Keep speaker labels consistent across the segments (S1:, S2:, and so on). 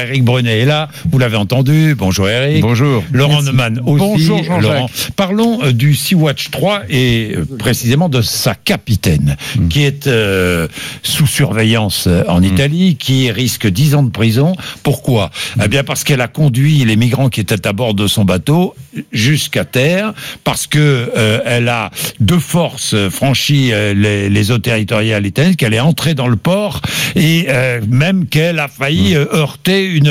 S1: Eric Brunet est là, vous l'avez entendu. Bonjour Eric.
S2: Bonjour.
S1: Laurent Neumann aussi.
S2: Bonjour, Jean-Jacques.
S1: Laurent. Parlons euh, du Sea-Watch 3 et euh, précisément de sa capitaine
S2: Hmm.
S1: qui est euh, sous surveillance euh, en Italie, qui risque 10 ans de prison. Pourquoi
S2: Hmm.
S1: Eh bien parce qu'elle a conduit les migrants qui étaient à bord de son bateau jusqu'à terre, parce que euh, elle a de force euh, franchi euh, les, les eaux territoriales italiennes, qu'elle est entrée dans le port et euh, même qu'elle a failli euh, heurter une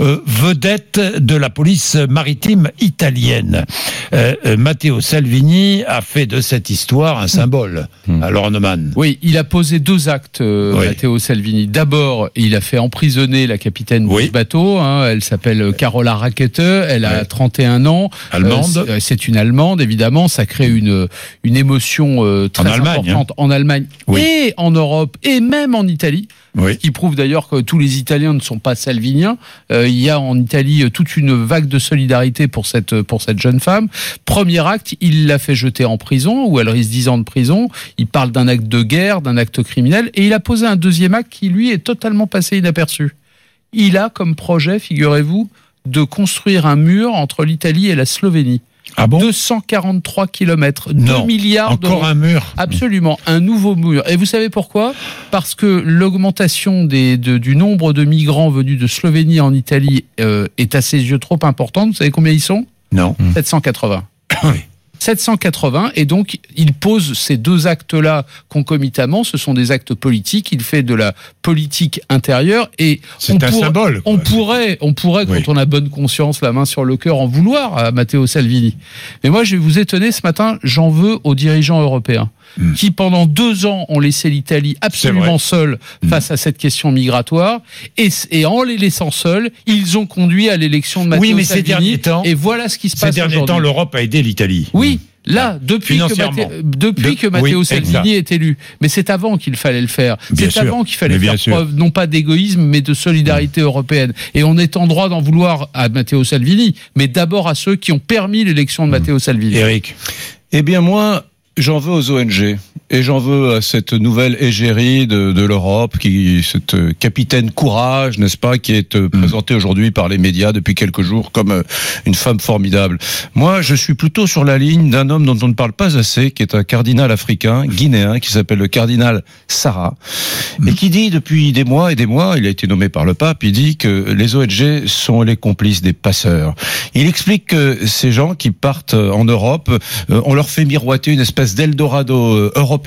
S1: euh, vedette de la police maritime italienne. Euh, euh, Matteo Salvini a fait de cette histoire un symbole. Alors Neumann.
S3: Oui, il a posé deux actes, euh,
S1: Oui.
S3: Matteo Salvini. D'abord, il a fait emprisonner la capitaine
S1: Oui.
S3: du bateau. hein. elle s'appelle Carola Rackete. Elle a
S1: Ouais.
S3: 31 ans.
S1: Allemande.
S3: Euh, c'est- c'est une Allemande, évidemment. Ça crée une, une émotion euh, très
S1: En Allemagne, hein.
S3: importante en Allemagne
S1: Oui.
S3: et en Europe et même en Italie.
S1: Oui.
S3: Ce qui prouve d'ailleurs que tous les Italiens ne sont pas salviniens. Euh, il y a en Italie euh, toute une vague de solidarité pour cette, pour cette jeune femme. Premier acte, il l'a fait jeter en prison, où elle risque 10 ans de prison. Il parle d'un acte de guerre, d'un acte criminel, et il a posé un deuxième acte qui, lui, est totalement passé inaperçu. Il a comme projet, figurez-vous, de construire un mur entre l'Italie et la Slovénie.
S1: Ah bon
S3: 243 kilomètres, 2
S1: Non.
S3: milliards d'euros.
S1: Encore un mur.
S3: Absolument, un nouveau mur. Et vous savez pourquoi Parce que l'augmentation des- de- du nombre de migrants venus de Slovénie en Italie euh, est à ses yeux trop importante. Vous savez combien ils sont
S1: Non.
S3: 780.
S1: Oui.
S3: 780, et donc il pose ces deux actes-là concomitamment. Ce sont des actes politiques. Il fait de la politique intérieure et on
S1: C'est un
S3: pourra-
S1: symbole.
S3: on
S1: quoi.
S3: pourrait, on pourrait,
S1: Oui.
S3: quand on a bonne conscience, la main sur le cœur, en vouloir à Matteo Salvini. Mais moi, je vais vous étonner ce matin, j'en veux aux dirigeants européens,
S1: Mm.
S3: qui pendant deux ans ont laissé l'Italie absolument seule
S1: Hmm.
S3: face à cette question migratoire, et, et en les laissant seuls, ils ont conduit à l'élection de Matteo
S1: Oui, mais ces
S3: Salvini.
S1: derniers temps-
S3: et voilà ce qui se
S1: Ces
S3: passe
S1: derniers temps,
S3: aujourd'hui.
S1: l'Europe a aidé l'italie.
S3: Oui, là, depuis que,
S1: Financièrement.
S3: Matteo- depuis
S1: De-
S3: que Matteo
S1: oui, exact.
S3: Salvini est élu. Mais c'est avant qu'il fallait le faire.
S1: Bien
S3: C'est
S1: sûr,
S3: avant qu'il fallait
S1: mais bien
S3: faire
S1: sûr.
S3: preuve, non pas d'égoïsme, mais de solidarité européenne. Et on est en droit d'en vouloir à Matteo Salvini, mais d'abord à ceux qui ont permis l'élection de Matteo Salvini.
S1: Eric.
S2: Eh bien moi, j'en veux aux ONG et j'en veux à cette nouvelle égérie de, de l'Europe, qui cette euh, capitaine courage, n'est-ce pas, qui est euh, présentée aujourd'hui par les médias depuis quelques jours comme euh, une femme formidable. Moi, je suis plutôt sur la ligne d'un homme dont on ne parle pas assez, qui est un cardinal africain, guinéen, qui s'appelle le cardinal Sarah, et qui dit depuis des mois et des mois, il a été nommé par le pape, il dit que les ONG sont les complices des passeurs. Il explique que ces gens qui partent euh, en Europe, euh, on leur fait miroiter une espèce d'Eldorado euh, européen,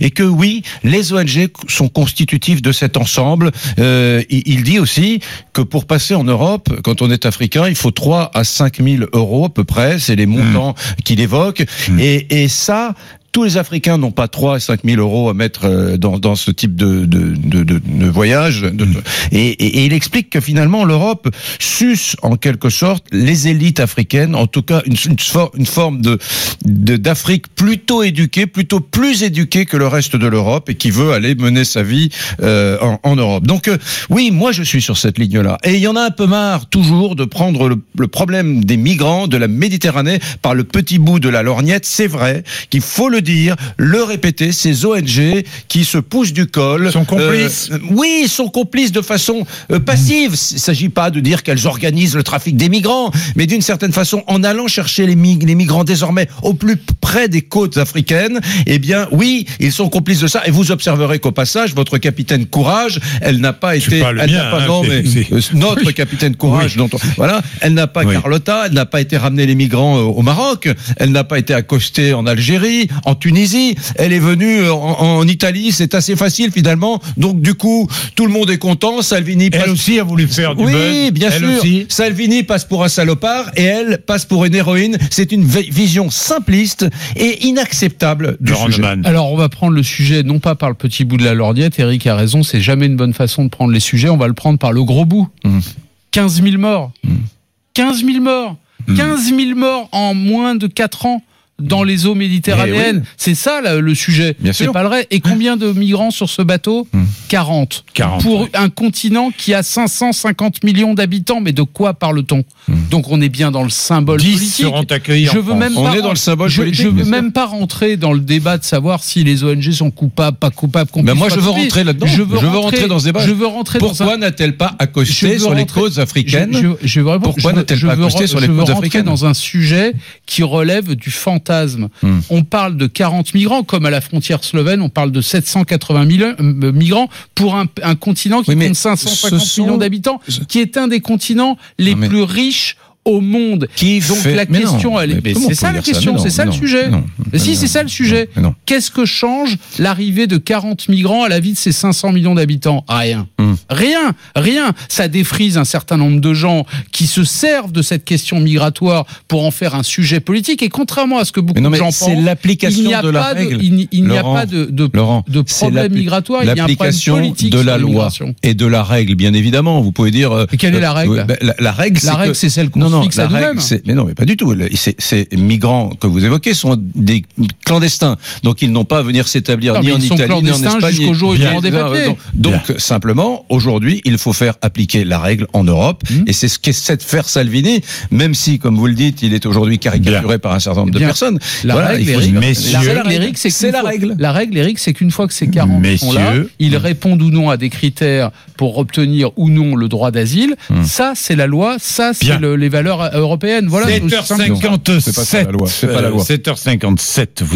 S2: et que oui, les ONG sont constitutifs de cet ensemble. Euh, il il dit aussi que pour passer en Europe, quand on est africain, il faut 3 à 5 000 euros à peu près, c'est les montants qu'il évoque, et, et ça... Tous les Africains n'ont pas 3 à 5 000 euros à mettre euh, dans, dans ce type de, de, de, de- de voyage. de- de- et, et- et il explique que finalement l'Europe suce en quelque sorte les élites africaines, en tout cas une, une for- une forme de de- d'Afrique plutôt éduquée, plutôt plus éduquée que le reste de l'Europe et qui veut aller mener sa vie euh, en, en Europe. Donc euh, oui, moi je suis sur cette ligne-là. Et il y en a un peu marre toujours de prendre le, le problème des migrants de la Méditerranée par le petit bout de la lorgnette. C'est vrai qu'il faut le dire, le répéter, ces ONG qui se poussent du col.
S1: Sont complices.
S2: Euh, oui, ils sont complices de façon euh, passive. Il ne s'agit pas de dire qu'elles organisent le trafic des migrants, mais d'une certaine façon, en allant chercher les, mig- les migrants désormais au plus près des côtes africaines, eh bien, oui, ils sont complices de ça. Et vous observerez qu'au passage, votre capitaine Courage, elle n'a pas
S1: C'est
S2: été,
S1: pas le
S2: elle
S1: mien,
S2: n'a pas,
S1: hein,
S2: non,
S1: c'est-
S2: mais
S1: c'est-
S2: euh, notre capitaine Courage, dont on- voilà, elle n'a pas
S1: Oui.
S2: Carlotta, elle n'a pas été ramener les migrants euh, au Maroc, elle n'a pas été accostée en Algérie, en Tunisie, elle est venue euh, en, en Italie, c'est assez facile finalement. Donc du coup, tout le monde est content. Salvini passe
S1: Elle aussi a voulu faire du
S2: oui,
S1: buzz.
S2: bien
S1: Elle
S2: sûr.
S1: aussi.
S2: Salvini passe pour un salopard et elle passe pour une héroïne. C'est une vi- vision simpliste et inacceptable du
S1: Laurent
S2: sujet.
S1: Neumann.
S3: Alors, on va prendre le sujet non pas par le petit bout de la lorgnette. Eric a raison, c'est jamais une bonne façon de prendre les sujets. On va le prendre par le gros bout.
S2: Mm.
S3: 15
S2: Mm.
S3: 000 morts. 15 000 morts. 15 000 morts en moins de 4 ans. dans les eaux méditerranéennes. C'est ça là, le sujet.
S2: Eh Bien
S3: C'est
S2: sûr. Mm.
S3: pas le vrai. Et combien de migrants sur ce bateau 40.
S1: 40,
S3: Pour
S1: ouais.
S3: un continent qui a 550 millions d'habitants, mais de quoi parle-t-on
S2: Mm.
S3: Donc on est bien dans le symbole
S1: 10
S3: politique.
S1: seront accueillis
S3: Je
S1: en
S3: veux
S1: France.
S3: même
S2: On
S3: pas
S2: est dans le symbole
S3: je,
S2: politique,
S3: je veux
S2: bien sûr.
S3: même pas rentrer dans le débat de savoir si les ONG sont coupables, pas coupables. qu'on
S2: Ben
S3: puisse
S2: moi,
S3: pas
S2: je veux
S3: couper.
S2: rentrer là-dedans.
S3: Je veux, rentrer
S2: dans ce débat.
S3: Je veux rentrer dans
S2: Pourquoi
S3: un.
S2: n'a-t-elle pas
S3: Je
S2: accosté
S3: veux
S2: sur les
S3: rentrer-
S2: côtes africaines
S3: je, je- je veux répondre-
S2: Pourquoi
S3: je veux-
S2: n'a-t-elle
S3: je
S2: pas
S3: veux
S2: accosté
S3: re-
S2: sur les
S3: je veux
S2: côtes
S3: rentrer
S2: africaines
S3: dans un sujet qui relève du fantasme.
S2: Hmm.
S3: On parle de 40 migrants, comme à la frontière slovène, on parle de 780 000 euh, migrants pour un, un continent qui
S2: Oui, mais
S3: compte 550
S2: ce sont-
S3: millions d'habitants,
S2: ce-
S3: qui est un des continents les
S2: Non, mais-
S3: plus riches au monde.
S2: Qui
S3: Donc
S2: fait-
S3: la
S2: Mais non,
S3: question, elle est-
S2: mais
S3: mais
S2: comment
S3: c'est
S2: on
S3: ça
S2: peut
S3: la
S2: dire ça
S3: question,
S2: Mais non,
S3: c'est ça le
S2: non,
S3: sujet.
S2: non,
S3: Mais si,
S2: non,
S3: c'est ça le
S2: non,
S3: sujet.
S2: mais non.
S3: Qu'est-ce que change l'arrivée de 40 migrants à la vie de ces 500 millions d'habitants Ah, Rien.
S2: Hmm.
S3: Rien, rien. Ça défrise un certain nombre de gens qui se servent de cette question migratoire pour en faire un sujet politique. Et contrairement à ce que beaucoup
S2: Mais non,
S3: de
S2: mais
S3: gens
S2: c'est
S3: pensent, il
S2: l'application
S3: n'y a
S2: de la
S3: pas de,
S2: règle.
S3: il n'y- il n'y a
S2: Laurent,
S3: pas de, de-
S2: Laurent,
S3: de
S2: c'est
S3: problème
S2: l'appli-
S3: migratoire, il y a un problème
S2: l'application
S3: politique
S2: de
S3: sur
S2: la loi
S3: l'immigration.
S2: et de la règle, bien évidemment. Vous pouvez dire. euh,
S3: Mais quelle est la règle
S2: euh, ben, la, la règle,
S3: La règle,
S2: que-
S3: c'est celle qu'on
S2: non,
S3: se
S2: non,
S3: fixe
S2: la
S3: à
S2: règle,
S3: nous-mêmes.
S2: c'est- mais non, mais pas du tout. Le- c'est- Ces migrants que vous évoquez sont des clandestins, donc ils n'ont pas à venir s'établir
S3: Non,
S2: ni
S3: mais
S2: en
S3: ils sont
S2: Italie ni en
S3: clandestins
S2: Espagne.
S3: jusqu'au
S2: ni-
S3: jour où ils
S2: Bien.
S3: auront des
S2: Non,
S3: papiers.
S2: Donc, donc, simplement, aujourd'hui, il faut faire appliquer la règle en Europe,
S3: Mhm.
S2: et c'est ce qu'essaie de faire Salvini, même si, comme vous le dites, il est aujourd'hui caricaturé par un certain nombre de
S3: Bien.
S2: personnes.
S3: La
S2: Voilà,
S3: règle,
S2: il faut-
S3: Eric,
S1: Messieurs.
S3: la règle, Eric, c'est
S2: c'est
S3: qu'une
S2: la
S3: fois-
S2: règle.
S3: La règle, Eric, c'est qu'une fois que ces 40 sont là,
S1: Messieurs.
S2: Mm.
S3: ils répondent ou non à des critères pour obtenir ou non le droit d'asile.
S2: Mm.
S3: Ça, c'est la loi. Ça, c'est
S1: Bien.
S3: le- les valeurs européennes. Voilà. c'est aussi simple que ça.
S2: C'est pas ça, la loi.
S1: 7h57.
S2: C'est pas la loi.
S1: 7h57.